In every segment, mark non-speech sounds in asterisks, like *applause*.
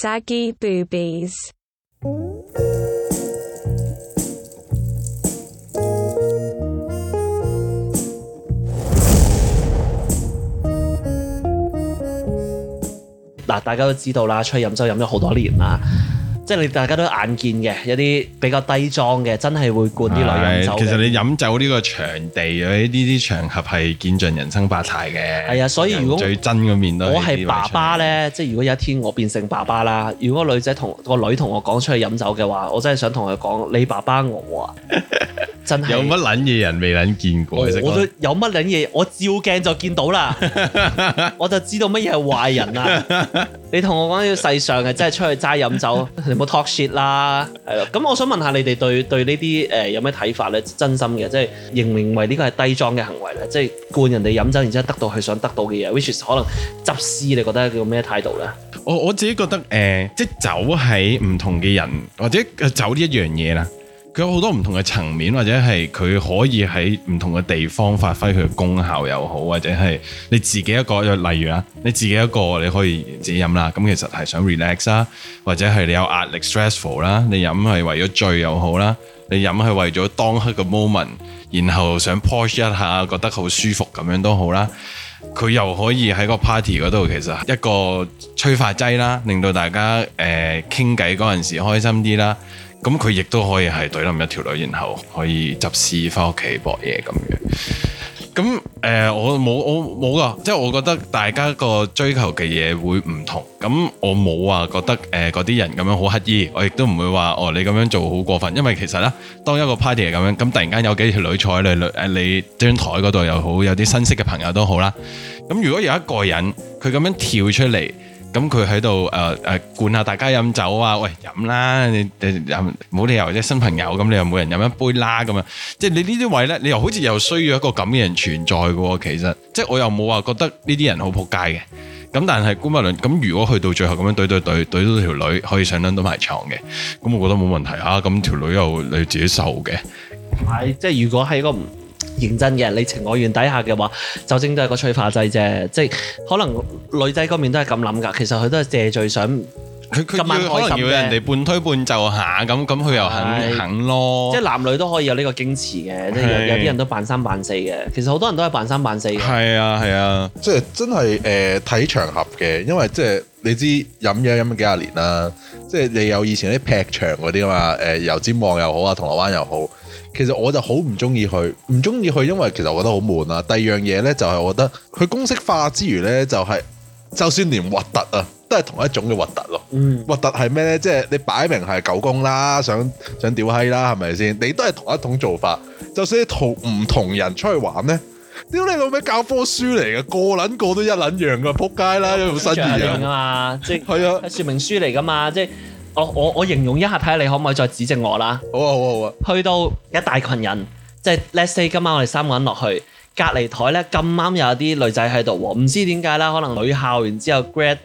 saggy boobies. 嗱，大家都知道啦，出去飲酒飲咗好多年啦。即係你大家都眼見嘅，有啲比較低裝嘅，真係會灌啲女人酒係嘅。其實你飲酒呢個場地喺呢啲場合係見盡人生百態嘅。係啊所以如果人最真嗰面都我係呢位爸爸出嚟，咧，即係如果有一天我變成爸爸啦，如果個女仔同個女同我講出去飲酒嘅話，我真係想同佢講：你爸爸我啊，真係 *laughs* 有乜撚嘢人未撚見過？其實我講都有乜撚嘢，我照鏡就見到 *laughs* 啦，我就知道乜嘢係壞人啦。你同我講呢個世上係真係出去齋飲酒， *laughs* 你冇 talk shit 啦，係咯。咁我想問下你哋對對呢啲誒有咩睇法咧？真心嘅，即係認唔認為呢個係低裝嘅行為咧？即係灌人哋飲酒，然之後得到佢想得到嘅嘢，which is 可能執私，你覺得叫咩態度咧？我我自己覺得誒、呃即係酒喺唔同嘅人或者呃酒呢一樣嘢啦，佢有好多唔同嘅層面，或者係佢可以喺唔同嘅地方發揮佢嘅功效又好，或者係你自己一個，例如啦，你自己一個你可以自己飲啦，咁其實係想 relax 啦，或者係你有壓力 stressful 啦，你飲係為咗醉又好啦，你飲係為咗當刻嘅 moment，然後想 push 一下，覺得好舒服咁樣都好啦。佢又可以喺個 party 嗰度，其實一個催化劑啦，令到大家誒傾偈嗰陣時開心啲啦。咁佢亦都可以係懟冧一條女，然後可以執屍翻屋企搏嘢咁樣。咁誒、呃我冇我冇噶，即係我覺得大家個追求嘅嘢會唔同。咁我冇話覺得誒嗰啲人咁樣好乞衣，我亦都唔會話哦你咁樣做好過分，因為其實咧，當一個 party 係咁樣，咁突然間有幾條女坐喺你誒你張台嗰度又好，有啲新識嘅朋友都好啦。咁如果有一個人佢咁樣跳出嚟，咁佢喺度誒誒灌下大家飲酒啊，喂飲啦，你你飲冇理由啫，新朋友咁你又每人飲一杯啦咁啊，即係你呢啲位咧，你又好似又需要一個咁嘅人存在嘅喎，其實即係我又冇話覺得呢啲人好仆街嘅。咁但係官物論，咁如果去到最後咁樣懟懟懟懟到條女可以上撚到埋床嘅，咁我覺得冇問題啊。咁條女又你自己受嘅，係，即係如果喺個唔認真嘅你情我願底下嘅話，酒精都係個催化劑啫。即係可能女仔嗰面都係咁諗㗎，其實佢都係借罪想。佢佢今晚要可開能心啫要人哋半推半就下咁，咁佢又係肯肯咯。即係男女都可以有呢個矜持嘅，即係有係有啲人都扮三扮四嘅，其實好多人都係扮三扮四嘅。係啊係啊，即係真係誒睇場合嘅，因為即係你知飲嘢飲咗幾廿年啦，即係你有以前啲劈場嗰啲嘛，誒、呃油尖旺又好啊，銅鑼灣又好。其實我就好唔中意去，唔中意去，因為其實我覺得好悶啊。第二樣嘢呢，就係、我覺得佢公式化之餘呢，就係、就算連核突啊，都係同一種嘅核突咯。嗯，核突係咩呢？即係你擺明係狗公啦，想想屌閪啦，係咪先？你都係同一種做法，就算你同唔同人出去玩呢，屌你老味教科書嚟嘅，個撚個都一撚樣噶，撲街啦，有冇新象意徵啊？哦啊嘛，即係係啊，係說明書嚟㗎嘛，即係我我我形容一下，睇下你可唔可以再指正我啦。好啊好啊好啊，去到一大群人，即係 let's say 今晚我哋三個人落去，隔離台咧咁啱有啲女仔喺度喎，唔知點解啦，可能女校完之後 grad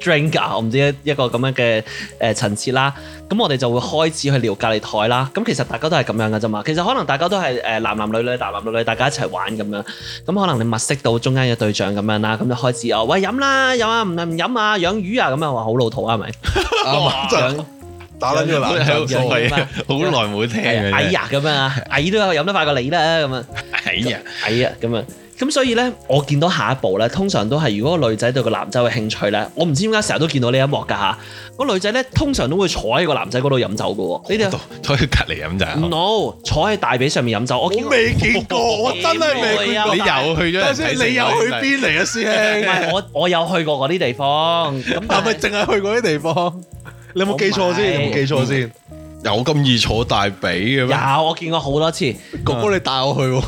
drink 啊，我唔知一個咁樣嘅誒層次啦，咁我哋就會開始去聊隔離台啦。咁其實大家都係咁樣嘅啫嘛，其實可能大家都係誒男男女女、男男女女，大家一齊玩咁樣。咁可能你物色到中間嘅對象咁樣啦，咁就開始哦，喂飲啦，飲啊，唔唔飲啊，養魚啊，咁啊話好老土啊，係咪？ *laughs* 啱啊，真係打撚咗個男喺人度數有係有啊好耐冇聽嘅啫矮呀咁樣啊，矮都有飲得快過你啦咁樣。哎呀，矮啊咁樣。咁所以咧，我見到下一步咧，通常都係如果個女仔對個男仔有興趣咧，我唔知點解成日都見到呢一幕㗎嚇。個女仔咧通常都會坐喺個男仔嗰度飲酒㗎喎。你哋度推隔離飲酒， no 坐喺大髀上面飲酒，我見我未見過，我真係未見有過。你又去咗等人先睇成你又去？邊嚟啊，師唔兄？係我我有去過嗰啲地方，咁但係 *laughs* 咪係淨係去嗰啲地方？你有冇記錯 Oh 先？你有冇記錯先？嗯有咁易坐大髀嘅咩？有我見過好多次。哥哥你帶我去喎，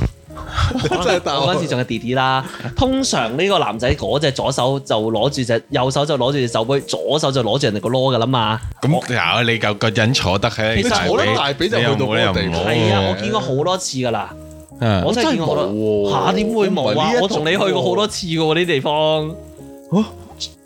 你真係帶 *laughs* 我我嗰陣去時。仲係弟弟啦。通常呢個男仔嗰隻左手就攞住隻，右手就攞住隻酒杯，左手就攞住人哋個籮㗎啦嘛。咁有你夠個人坐得喺其實大髀我覺得大髀就你又去到冇理由嗰個地唔步攞係啊，喎我見過好多次㗎啦。嗯我真係見過好啊我真係冇多喎嚇，點會冇我唔係啊呢一？種我同你去過好多次嘅喎呢啲地方。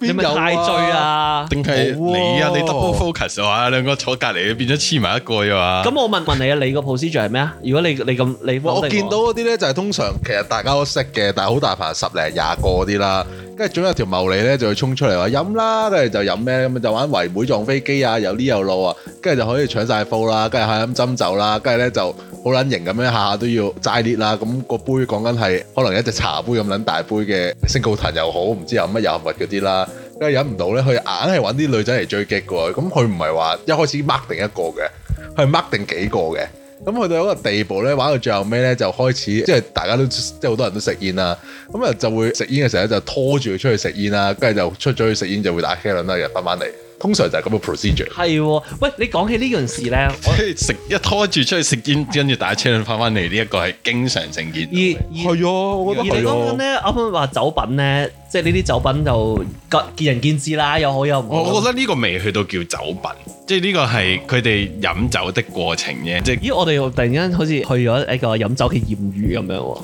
你咪邊有啊太醉啊！定係你啊？你 double focus à, 啊？兩個坐隔離變咗黐埋一個啫嘛。咁我問問你啊，你個 procedure 係咩啊？如果你你咁你我否定見到嗰啲咧就係通常其實大家都識嘅，但係好大棚十零廿個嗰啲啦，跟住總有條茂利咧就會衝出嚟話飲啦，跟住就飲咩咁啊就玩圍妹撞飛機啊，又呢又路啊，跟住就可以搶晒煲啦，跟住係咁斟酒啦，跟住咧就好撚型咁樣下下都要齋烈啦，咁、個杯講緊係可能一隻茶杯咁撚大杯嘅星高騰又好，唔知有乜有物嗰啲啦。跟住飲唔到咧，佢硬係揾啲女仔嚟追擊嘅喎。咁佢唔係話一開始 mark 定一個嘅，佢係 mark 定幾個嘅。咁去到一個地步咧，玩到最後尾咧就開始，即係大家都即係好多人都食煙啦。咁啊就會食煙嘅時候咧就拖住佢出去食煙啦，跟住就出咗去食煙就會打茄輪啦，又翻返嚟。通常就係咁嘅 procedure。係喎，喂，你講起呢件事咧，我即係食一拖住出去食煙，跟住打車輪翻翻嚟，呢一個係經常性見到嘅。而而。係啊，我覺而得你講係緊啊。咧，啱啱話酒品咧，即係呢啲酒品就各見仁見智啦，有好有唔好。我我覺得呢個未去到叫酒品，即係呢個係佢哋飲酒的過程啫，即係咦，我哋又突然間好似去咗一個飲酒嘅豔遇咁樣喎，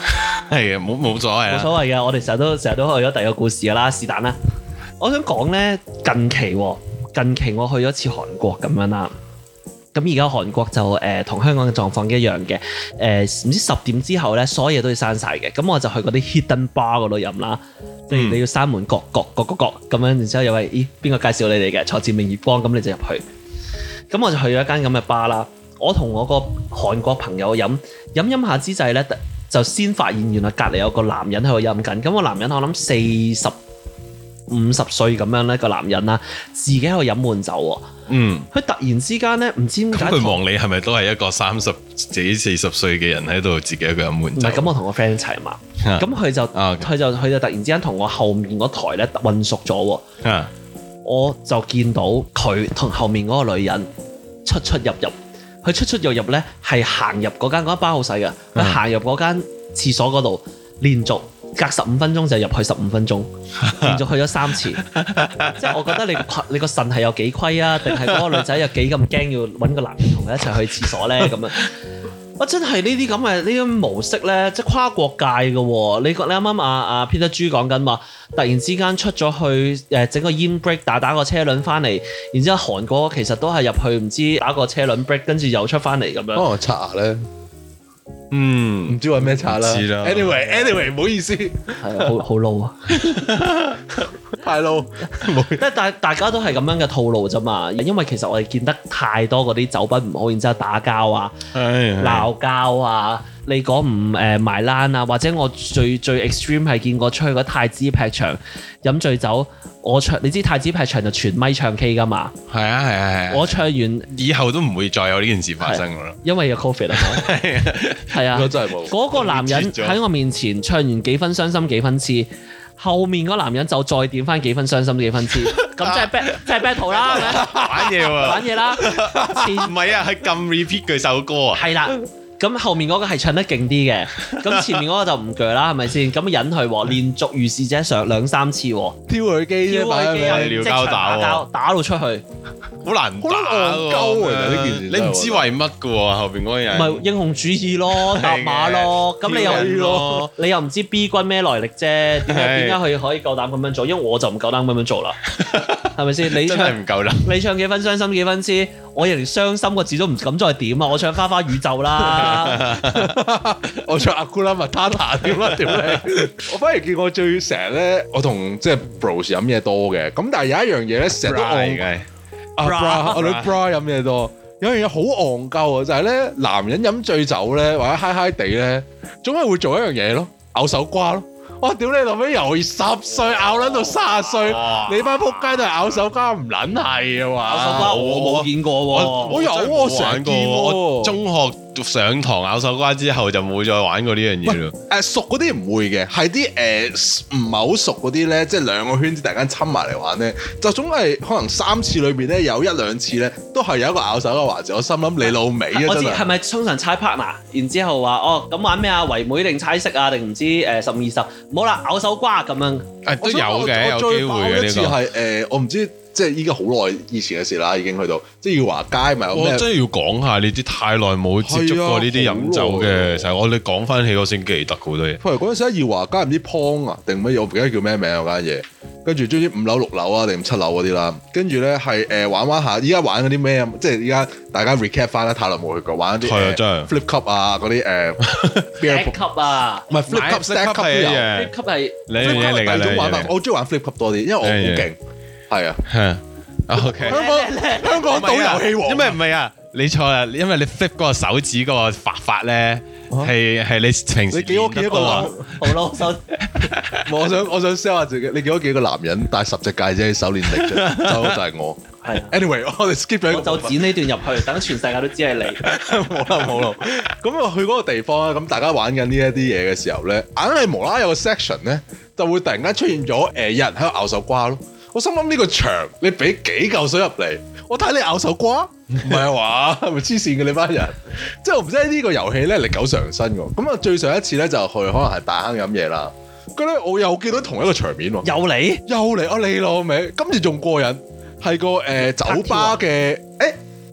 係冇冇所謂啊冇啦。所謂嘅。我哋成日都成日都去咗第二個故事噶啦，是但啦。我想講咧，近期喎近期我去咗一次韓國咁樣啦。咁而家韓國就誒同、香港嘅狀況一樣嘅，誒、呃唔知十點之後咧，所有嘢都要閂晒嘅。咁我就去嗰啲 hidden bar 嗰度飲啦，即係嗯你要閂門各各各各各咁樣，然之後有位咦邊個介紹你哋嘅坐前面月光，咁你就入去。咁我就去咗一間咁嘅 bar 啦。我同我個韓國朋友飲飲飲下之際咧，就先發現原來隔離有個男人喺度飲緊。咁個男人我諗四十五十歲咁樣咧，個男人啦，自己喺度飲悶酒喎。嗯，佢突然之間咧，唔知點解咁同佢望你係咪都係一個三十幾四十歲嘅人喺度自己一個人悶唔係咁，酒？我同我 friend 一齊嘛，啊咁佢就啊，OK 佢就佢就突然之間同我後面嗰台咧混熟咗喎，啊，我就見到佢同後面嗰個女人出出入入，佢出出入入咧係行入嗰間嗰間包好細嘅，佢嗯行入嗰間廁所嗰度，連續隔十五分鐘就入去十五分鐘，連續去咗三次，即係我覺得你個 *laughs* 你個腎係有幾虧啊，定係嗰個女仔有幾咁驚要揾個男人同佢一齊去廁所咧咁樣。我真係呢啲咁嘅呢啲模式咧，即係跨國界嘅喎、你覺你啱啱啊啊 Peter 豬講緊話，突然之間出咗去誒整個 in break 打打個車輪翻嚟，然之後韓國其實都係入去唔知打個車輪 break，跟住又出翻嚟咁可樣。能哦刷牙咧，唔嗯，知揾咩刷啦。唔知啦 Anyway，anyway，唔好意思，係啊，好好 low 啊！太 low。即係大大家都係咁樣嘅套路啫嘛，因為其實我哋見得太多嗰啲酒品唔好，然之後打交啊、係係嗯鬧交啊，你講唔誒埋單啊，或者我最最 extreme 係見過出去嗰太子劈場飲醉酒，我唱你知太子劈場就全咪唱 K 噶嘛，係啊係啊嗯係啊！我唱完因以後都唔會再有呢件事發生噶啦。為有 covid *laughs* 啊嘛，係啊我。真係冇。嗰個男人喺我面前唱完幾分傷心幾分痴，後面嗰男人就再點翻幾分傷心幾分痴，咁即係 bat 即係 battle 啦，係咪？玩嘢玩喎，嘢 *laughs* 啦，前唔係啊，係撳 repeat 佢首歌啊。係啦。嗯咁後面嗰個係唱得勁啲嘅，咁前面嗰個就唔鋸啦，係咪先？咁啊引佢嗯喎，連續如是者上兩三次喎，挑佢機啊啫，擺挑喺機咪人撩即交場打打喎交，打到出去，唔好難打好撚戇鳩啊呢件事你真係唔知為乜嘅喎，後邊嗰個人係英雄主義咯，搭馬咯，咁你挑人又咯你又唔知 B 軍咩來歷啫？點解係點解佢可以夠膽咁樣做？因為我就唔夠膽咁樣做啦，係咪先？你 *laughs* 真唱係唔夠啦。你唱幾分傷心幾分痴，我連傷心個字都唔敢再點啊！我唱花花宇宙啦， *laughs* 我唱阿姑啦、麥他娜點啦，屌你！我反而見我最成日咧，我同即係 bros 飲嘢多嘅，咁但係有一樣嘢咧，成日都戇嘅，啊 Bra bra，我哋 bra 飲嘢多。有樣嘢好戇鳩啊，就係咧男人飲醉酒咧，或者嗨嗨地咧，總係會做一樣嘢咯，咬手瓜咯。哇！屌你老味，由十歲咬撚到卅歲哇，你班撲街都係咬手瓜，唔撚係啊嘛！咬手瓜我我冇見過我喎。我有啊真係冇玩成日見過喎我中學上堂咬手瓜之後就冇再玩過呢樣嘢咯。誒熟嗰啲唔會嘅，係啲誒唔係好熟嗰啲咧，即係兩個圈子突然間侵埋嚟玩咧，就總係可能三次裏邊咧有一兩次咧都係有一個咬手嘅環節，我心諗你老味啊我真知係係。咪通常猜 partner，然之後話哦咁玩咩啊？維妹定猜色啊？定唔知誒十五二十？唔好啦，咬手瓜咁樣。誒都有嘅，我有最機會爆一嘅次呃呢係誒，我唔知即係依家好耐以前嘅事啦，已經去到即係耀華街咪有我咩？真係要講下你啲太耐冇接觸過呢啲飲酒係啊嘅，成日我哋講翻起我先記得好多嘢。譬如嗰陣時喺耀華街唔知 Pong 啊定乜嘢，我唔記得叫咩名啊嗰間嘢。跟住終於五樓六樓啊定七樓嗰啲啦，跟住咧係誒玩玩下，依家玩嗰啲咩啊？即係依家大家 recap 翻啦，太耐冇去過玩嗰啲係啊誒真係 flip cup 啊嗰 *laughs* 啲誒 beer pong 級啊唔係 flip cup stack cup 都有。 ，flip 級係你 flip 嘢嚟 cup 係㗎，第二種玩法，你我中意玩 flip cup 多啲，因為我好你勁。係啊， O K。香港香港賭遊戲王啊，因為唔係啊，你錯啦，因為你 flip 嗰個手指嗰個發法咧，係係你平時你幾屋企練一得個多啊男好，咯，手 *laughs* 我想我想 sell 下自己，你見到幾個男人戴十隻戒指喺手鏈力 *laughs* 啫，就就係我。係啊 Anyway，我哋 *laughs* skip 咗一我個就剪呢段入去，等全世界都知係你。冇啦冇啦。咁我去嗰個地方啊啦，咁大家玩緊呢一啲嘢嘅時候咧，硬係無啦啦有個 section 咧，就會突然間出現咗誒、呃有人喺度咬手瓜咯。我心諗呢個場你俾幾嚿水入嚟，我睇你咬手瓜，唔係話 *laughs* 係咪黐線嘅你班人？即係我唔知呢個遊戲咧歷久常新喎。咁啊最上一次咧就去可能係大坑飲嘢啦。跟住咧我又見到同一個場面喎。有你又嚟我你老味，今次仲過癮，係個誒、呃酒啊吧嘅，誒、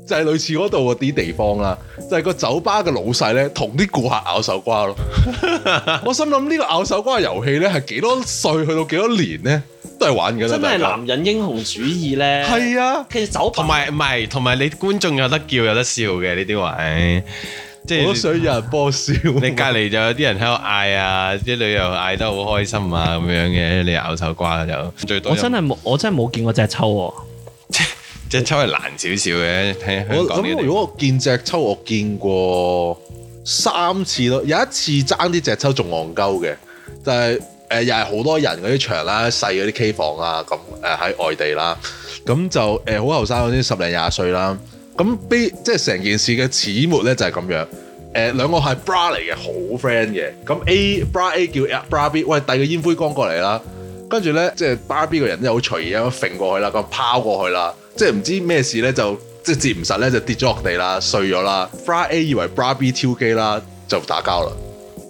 就係、類似嗰度嗰啲地方啦，就係、個酒吧嘅老細咧，同啲顧客咬手瓜 *laughs* 咯。我心諗呢個咬手瓜嘅遊戲咧，係幾多歲去到幾多年咧，都係玩嘅啦。真係大家男人英雄主義咧。係啊，其實酒同吧埋唔係，同埋你觀眾有得叫有得笑嘅呢啲位，即我都係想有人幫我笑。你隔離就有啲人喺度嗌啊，啲女又嗌得好開心啊咁樣嘅，你咬手瓜就最多我真係冇，我真係冇見過隻抽喎。即係抽係難少少嘅，喺我香港呢諗啲如果我見隻抽，我見過三次咯。有一次爭啲隻抽仲戇鳩嘅，就係、誒、又係好多人嗰啲場啦，細嗰啲 K 房啊，咁誒喺外地啦，咁就誒好後生嗰啲十零廿歲啦。咁悲即係成件事嘅始末咧就係咁樣。誒、兩個係 bra 嚟嘅，好 friend 嘅。咁 A bra A 叫 bra B，喂遞個煙灰缸過嚟啦。跟住咧，即係 bra B 個人咧好隨意咁揈過去啦，咁拋過去啦。即係唔知咩事咧，就即係接唔實咧，就跌咗落地啦，碎咗啦。bra A 以為 bra B 挑機啦，就打交啦。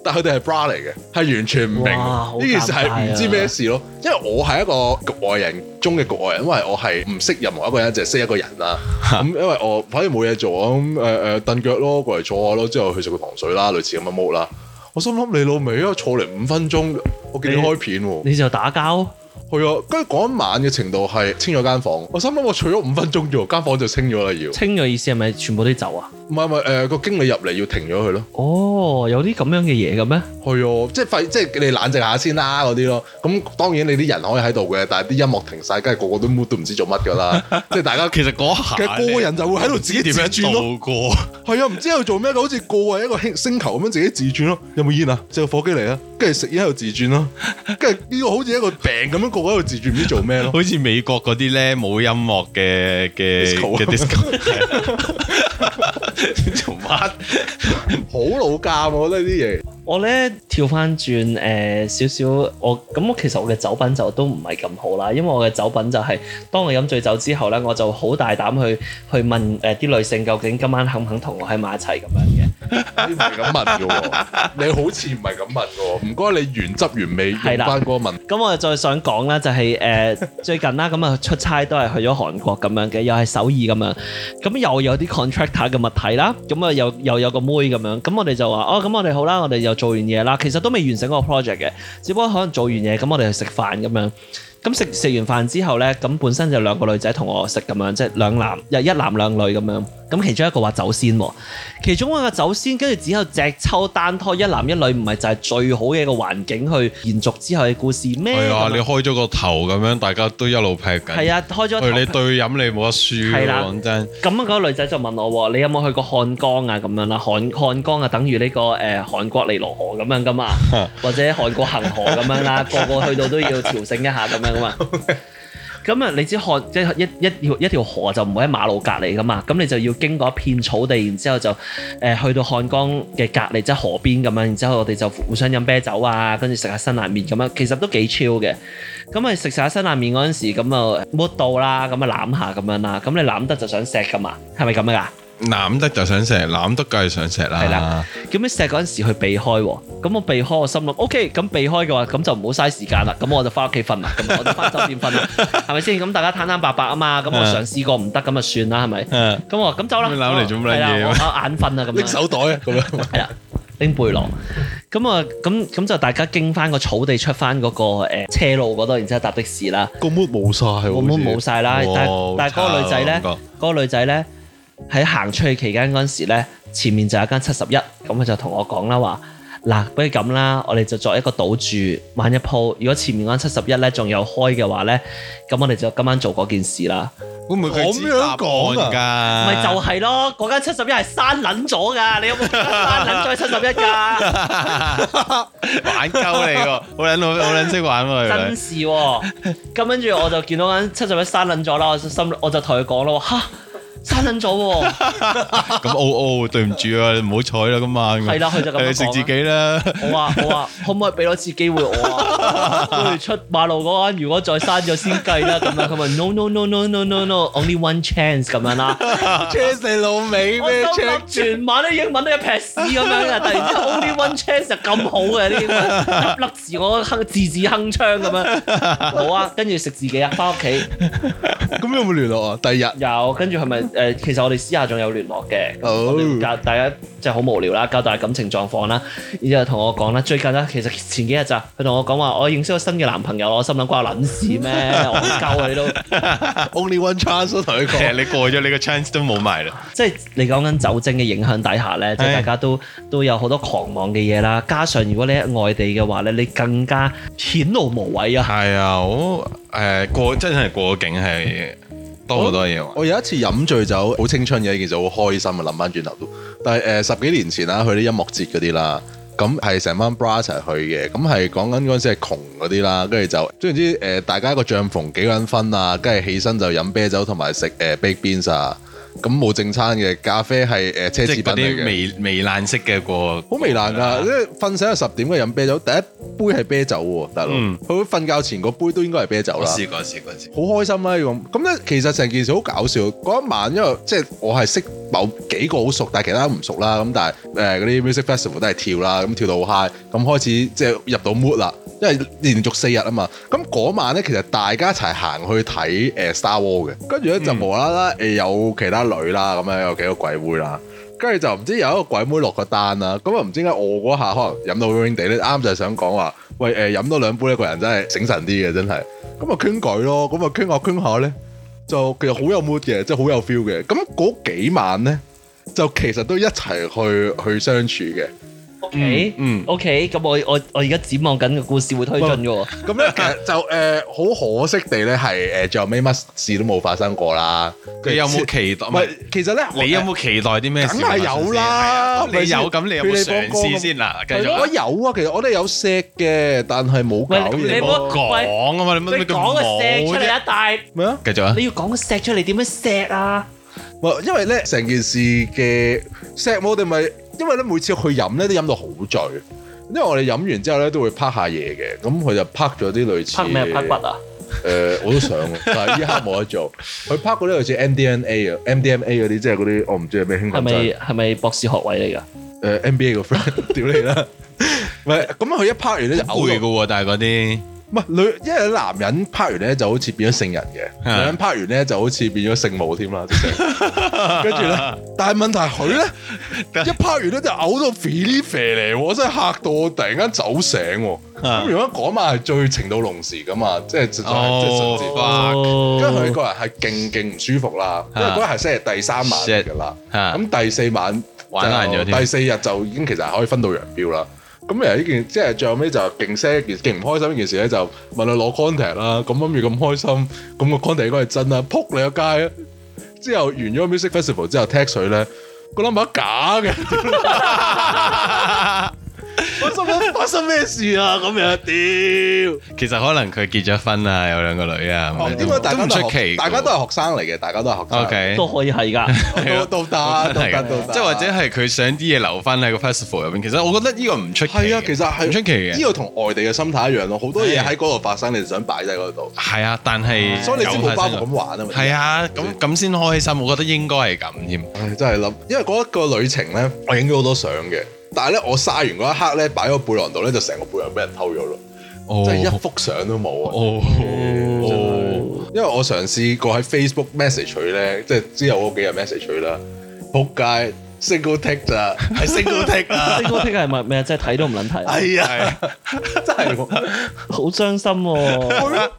但佢哋係 bra 嚟嘅，係完全唔明哇好呢件事係唔尷知尬啊咩事咯。因為我係一個局外人中嘅局外人，因為我係唔識任何一個人，就係識一個人啦。咁因為我反正冇嘢做啊，咁誒誒蹬腳咯，過嚟坐下咯，之後去食個糖水啦，類似咁嘅 mode 啦。我心諗你老味啊，坐嚟五分鐘，我見你你開片喎。你就打交，係啊，跟住嗰一晚嘅程度係清咗間房，我心諗我除咗五分鐘啫喎，間房就清咗啦要。清嘅意思係咪全部都要走啊？唔係唔係誒個經理入嚟要停咗佢咯。哦，有啲咁樣嘅嘢嘅咩？係啊，即係費即係你冷靜下先啦嗰啲咯。咁當然你啲人可以喺度嘅，但係啲音樂停晒，跟住個個都 mood 都唔知做乜㗎 *laughs* 啦。即係大家其實嗰下嘅個人就會喺度自己你點自轉樣咯。度過？ *laughs* 係啊，唔知喺度做咩嘅，好似過係一個星星球咁樣自己自轉咯。 *laughs* 有冇煙啊？借個火機嚟啊！跟住食煙喺度自轉咯。跟住呢個好似一個病咁樣，個個喺度自轉，唔知做咩 *laughs* 咯。好似美國嗰啲咧冇音樂嘅嘅 Disco 啊嘅 disco，做乜？好老尷，啊我覺得呢啲嘢。我咧跳翻轉呃誒少少，我咁我其實我嘅酒品就都唔係咁好啦，因為我嘅酒品就係、當我飲醉酒之後咧，我就好大膽去去問誒呃啲、女性究竟今晚肯唔肯同我喺埋一齊咁樣嘅。你唔係咁問嘅喎，你好似唔係咁問嘅喎。唔該，你原汁原味用係啦翻嗰個問。咁我再想講啦，就係、呃最近啦，咁啊出差都係去咗韓國咁樣嘅，又係首爾咁樣，咁又有啲 contractor 嘅物體啦，咁啊又又有個妹咁樣，咁我哋就話哦，咁我哋好啦，我哋又做完嘢啦，其實都未完成嗰個 project 嘅，只不過可能做完嘢，咁我哋去食飯咁樣。咁食食完飯之後呢，咁本身就兩個女仔同我食咁樣，即係兩男又一男兩女咁樣。咁其中一個話走先喎，其中一個走先，跟住之後隻抽單拖一男一女，唔係就係最好嘅一個環境去延續之後嘅故事咩？係啊，咁你樣開咗個頭咁樣，大家都一路劈緊。係啊，開咗喂，你頭。對飲你冇得輸係喎，啦講真。咁嗰個女仔就問我喎，你有冇去過漢江啊？咁樣啦，漢漢江啊，等於呢、個誒、呃、韓國尼羅河咁樣噶嘛，或者韓國恒河咁樣啦，個個去到都要調整一下咁樣噶嘛。咁啊，你知漢即係一一條一條河就唔會喺馬路隔離噶嘛，咁你就要經過一片草地，然之後就誒、呃去到漢江嘅隔離，即係河邊咁樣，然之後我哋就互相飲啤酒啊，跟住食下辛辣麵咁樣，其實都幾超嘅。咁啊食晒辛辣麵嗰陣時，咁啊摸到啦，咁啊攬下咁樣啦，咁你攬得就想錫噶嘛，係咪咁噶？攬得就上石，攬得梗係上石係啦啦。咁你錫嗰陣時去避開喎，咁我避開我心諗，OK，咁避開嘅話，咁就唔好嘥時間啦，咁我就翻屋企瞓啦，咁 *laughs* 我就翻酒店瞓啦，係咪先？咁大家坦坦白白啊嘛，咁我嗯嘗試過唔得，咁就算啦，係咪？嗯咁我話咁走啦，咁你攬嚟做乜撚嘢係啊啦我我眼瞓啦，咁拎樣手袋啊咁樣。係啦，拎背囊。咁啊，咁咁就大家經翻個草地出翻嗰個誒車路嗰度，然之後搭的士啦。個 mood 冇晒喎，我冇冇晒啦，哇但係但係嗰個女仔咧差啊，嗰個女仔咧喺行出去期間嗰陣時咧，前面就有間七十一，咁佢就同我講啦話。嗱，不如咁啦，我哋就作一個賭注，玩一鋪。如果前面嗰間七十一咧仲有開嘅話咧，咁我哋就今晚做嗰件事啦。會唔會佢知答案咁樣講㗎？咪就係咯，嗰間七十一係閂撚咗㗎，你有冇閂撚咗七十一㗎？ *laughs* 玩鳩你喎，好撚好好撚識玩喎原來真。事喎。咁跟住我就見到嗰間七十一閂撚咗啦，我就心我就同佢講咯，嚇閂撚咗喎。咁哦哦，對唔住啊，唔好彩啦咁晚。係啦佢就咁樣講啦誒食自己啦。我話我話可唔可以俾多次機會我啊？不如出馬路嗰間，如果再刪咗先計啦。咁樣佢話 no no no no no no no，only one chance 咁樣啦。 check 你老味我咩心 check？諗全晚啲英文都一撇屎咁樣嘅，突然之間 only one chance 就咁好嘅啲英文，粒粒字我哼字字鏗鏘咁樣。冇啊，跟住食自己啊，翻屋企咁有冇聯絡啊？第日有，跟住係咪誒？其實我哋私下仲有聯絡嘅。哦我哋教嗯大家即係好無聊啦，交代感情狀況啦，然之後同我講啦，最近啦，其實前幾日咋，佢同我講話，我哦認識咗新嘅男朋友，我心諗關我撚事 *laughs* 咩？我鳩啊你都， only one chance 都同佢其實講，你過咗你個 chance 都冇埋啦。即係你講緊酒精嘅影響底下咧，即係係大家都都有好多狂妄嘅嘢啦，加上如果你喺外地嘅話咧，你更加顯露無遺啊！係啊，我誒過真係過境係多好多嘢玩。我有一次飲醉酒，好青春嘅，其實好開心啊！諗翻轉頭都，但係誒、呃十幾年前啦，去啲音樂節嗰啲啦，咁係成班 bra 一齊去嘅，咁係講緊嗰陣時係窮嗰啲啦，跟住就總言之誒、呃大家個帳篷幾個人分啊，跟住起身就飲啤酒同埋食誒 baked beans 啊，咁冇正餐嘅，咖啡係誒、呃、奢侈即係嗰品嚟哦啲嘅。微啊微爛式嘅過，好糜爛㗎，即係瞓醒係十點嘅飲啤酒，第一杯係啤酒喎，大佬。嗯佢會瞓覺前個杯都應該係啤酒我啦。試過試過試過。好開心啦咁。咁咧，其實成件事好搞笑。嗰一晚，因為即係我係識某幾個好熟，但係其他唔熟啦。咁但係誒嗰啲 music festival 都係跳啦，咁跳到好 high，咁開始即係入到 mood 啦。因為連續四日啊嘛，咁嗰晚咧其實大家一齊行去睇誒 Star War 嘅，跟住咧就無啦啦誒有其他女啦，咁樣有幾個鬼妹啦。跟住就唔知有一個鬼妹落個單啦，咁啊唔知點解我嗰下可能飲到 ring 地咧，啱就係想講話，喂誒飲多兩杯呢個人真係醒神啲嘅，真係。咁啊傾偈咯，咁啊傾下傾下咧，就其實好有 mood 嘅，即係好有 feel 嘅。咁嗰幾晚咧，就其實都一齊去去相處嘅。 OK，嗯 OK，咁我我我而家展望緊個故事會推進嘅喎。咁 *laughs* 咧其實就誒呃好、可惜地咧係誒呃最後尾乜事都冇發生過啦。佢有冇？期待？唔唔係係，其實咧你有？冇期待啲咩事梗係發生先？有係啦啊你有咁，你有冇佢哋嘗幫哥試先嗱？繼我續啊。我有啊，其實我哋有錫嘅，但係冇搞喂嘢你喎唔好喂講啊嘛，你乜你乜咁講個石出冇嚟啫？一大，咩啊？繼續啊！你要講個石出嚟點樣石啊？喂，因為咧成件事嘅錫我哋咪，因為咧每次去飲咧都飲到好醉，因為我哋飲完之後咧都會拍下嘢嘅，咁佢就拍咗啲類似拍咩拍骨啊？誒、我 *laughs* 都想啊，但係依刻冇得做。佢拍嗰啲類似 MDMA 啊、MDMA 嗰啲，即係嗰啲我唔知係咩興係啊奮咪劑。呃係咪博士學位嚟㗎？誒 NBA 個 friend *laughs* 屌你啦！唔係咁佢一拍完咧就會嘅嘔到，喎，但係嗰啲唔係女，因為男人拍完咧就好似變咗聖人嘅，啊女人拍完咧就好似變咗聖母添啦，直情 *laughs* 跟住咧，但係問題係佢咧一拍完咧就嘔到肥哩肥嚟喎，真係嚇到我突然間走醒喎。啊咁如果嗰晚係最情到濃時噶嘛，即係實在係即係甚至哦哇哦跟住佢個人係勁勁唔舒服啦，因為嗰日係星期第三晚嚟㗎啦，嚇咁第四晚就玩爛咗添第四日就已經其實係可以分道揚镳啦。咁誒呢件即係最後尾就勁 sad 一件勁唔開心呢件事咧，就問佢攞 contact 啦。咁諗住咁開心，咁個 contact 應該係真啦，撲你個街啊！之後完咗個 music *laughs* festival 之後 text 佢咧，個 number 假嘅，我心諗發生咩事啊？咁樣屌！其實可能佢結咗婚啊，有兩個女啊，咁樣哦點解大都家都唔出係奇㗎學喎？大家都係學生嚟嘅，大家都係學生 O 嚟 K，都可以係㗎。 *laughs* 嘅，都都啊得，都係得，啊都得。即係或者係佢想啲嘢留翻喺個 festival 入邊。其實我覺得呢個唔出奇嘅，係啊，其實係唔出奇嘅。呢個同外地嘅啊心態一樣咯，好多嘢係喺嗰度發生，你就想擺喺嗰度，係啊，但係嗯所以你先冇包袱咁咁。玩啊嘛。係啊，咁咁先開心。我覺得應該係咁添。唉，真係諗，因為嗰一個旅程咧，我影咗好多相嘅，但係咧我晒完嗰一刻咧，擺喺個背囊度咧，就成個背囊俾人偷咗咯，哦即係一幅相都冇啊！哦哦，因為我嘗試過喺 Facebook message 佢咧，即係之後嗰幾日 message 佢啦，仆街 single tick 咋，係 single tick 啊！呢個 t 係咪咩？真 *laughs* 係睇都唔撚睇，係啊，係真係喎好傷心喎。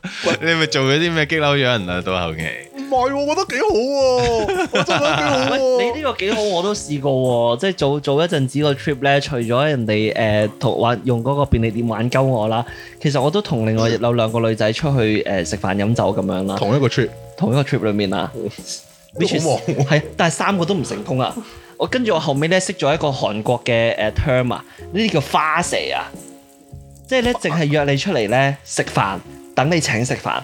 你係咪做咗啲咩激嬲咗人啊？到後期 *laughs* 唔係喎，我覺得幾好喎，我真係覺得幾好喂，喎你。呢個幾好，我都試過喎。即係早早一陣子個 trip 咧，除咗人哋誒同玩用嗰個便利店玩鳩我啦，其實我都同另外有兩個女仔出去誒食飯飲酒咁樣啦，同一個 trip 同一個 trip 裏面啊。都好忙喎係，但係三個都唔成功啊！我跟住我後尾咧識咗一個韓國嘅誒 term 啊，呢啲叫花蛇啊，即係咧淨係約你出嚟咧食飯，等你請食飯，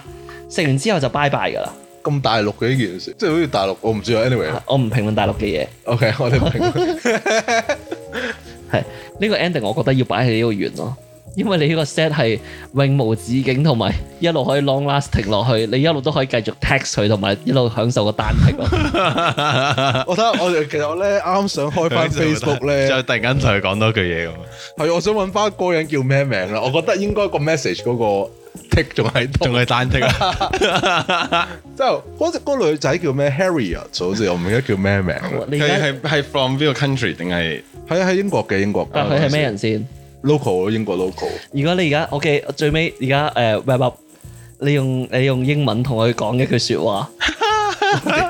食完之後就拜拜㗎啦。咁大陸嘅呢件事，即係好似大陸，我唔知啊。Anyway，OK，我唔評論大陸嘅嘢，我哋唔 *laughs* 明。係呢個 ending 我覺得要擺喺呢個圓咯，因為你呢個 set 係永無止境，同埋一路可以 long lasting 落去，你一路都可以繼續 text 佢，同埋一路享受個單剔咯。我睇下，我哋其實我咧啱啱想 *laughs* *laughs* 開翻 Facebook 就咧，突然間同佢講多句嘢咁。啊係我想揾翻嗰個人叫咩名啦。我覺得應該個 message 嗰個 tick 仲喺度仲，係單剔啊！之後嗰只嗰個女仔叫咩 Harriet，好似我唔記得叫咩名啦。 *laughs* 你佢而家係係 from 邊個 country 定係係啊，喺英國嘅英國但佢係咩人先？ local 咯，英國 local。如果你而家 OK，最尾而家誒 wrap up，你用你用英文同佢講一句説話，屌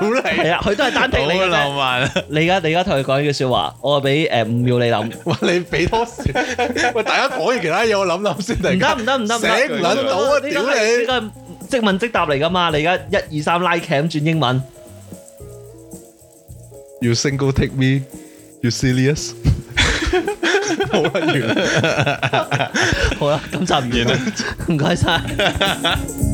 *laughs* 你！係啊，佢都係單剔你好嘅浪啫。漫啊？你而家你而家同佢講一句説話，我俾誒五秒你諗，喂，你俾多時。喂，大家講完其他嘢，我諗諗先。突唔然間得唔得唔得唔得，醒唔撚到呢啊！屌你！個係即問即答嚟噶嘛？你而家一二三拉 cam 轉英文， You single take me, you serious？好啦，完啦。好啦，咁就唔完啦，唔該晒。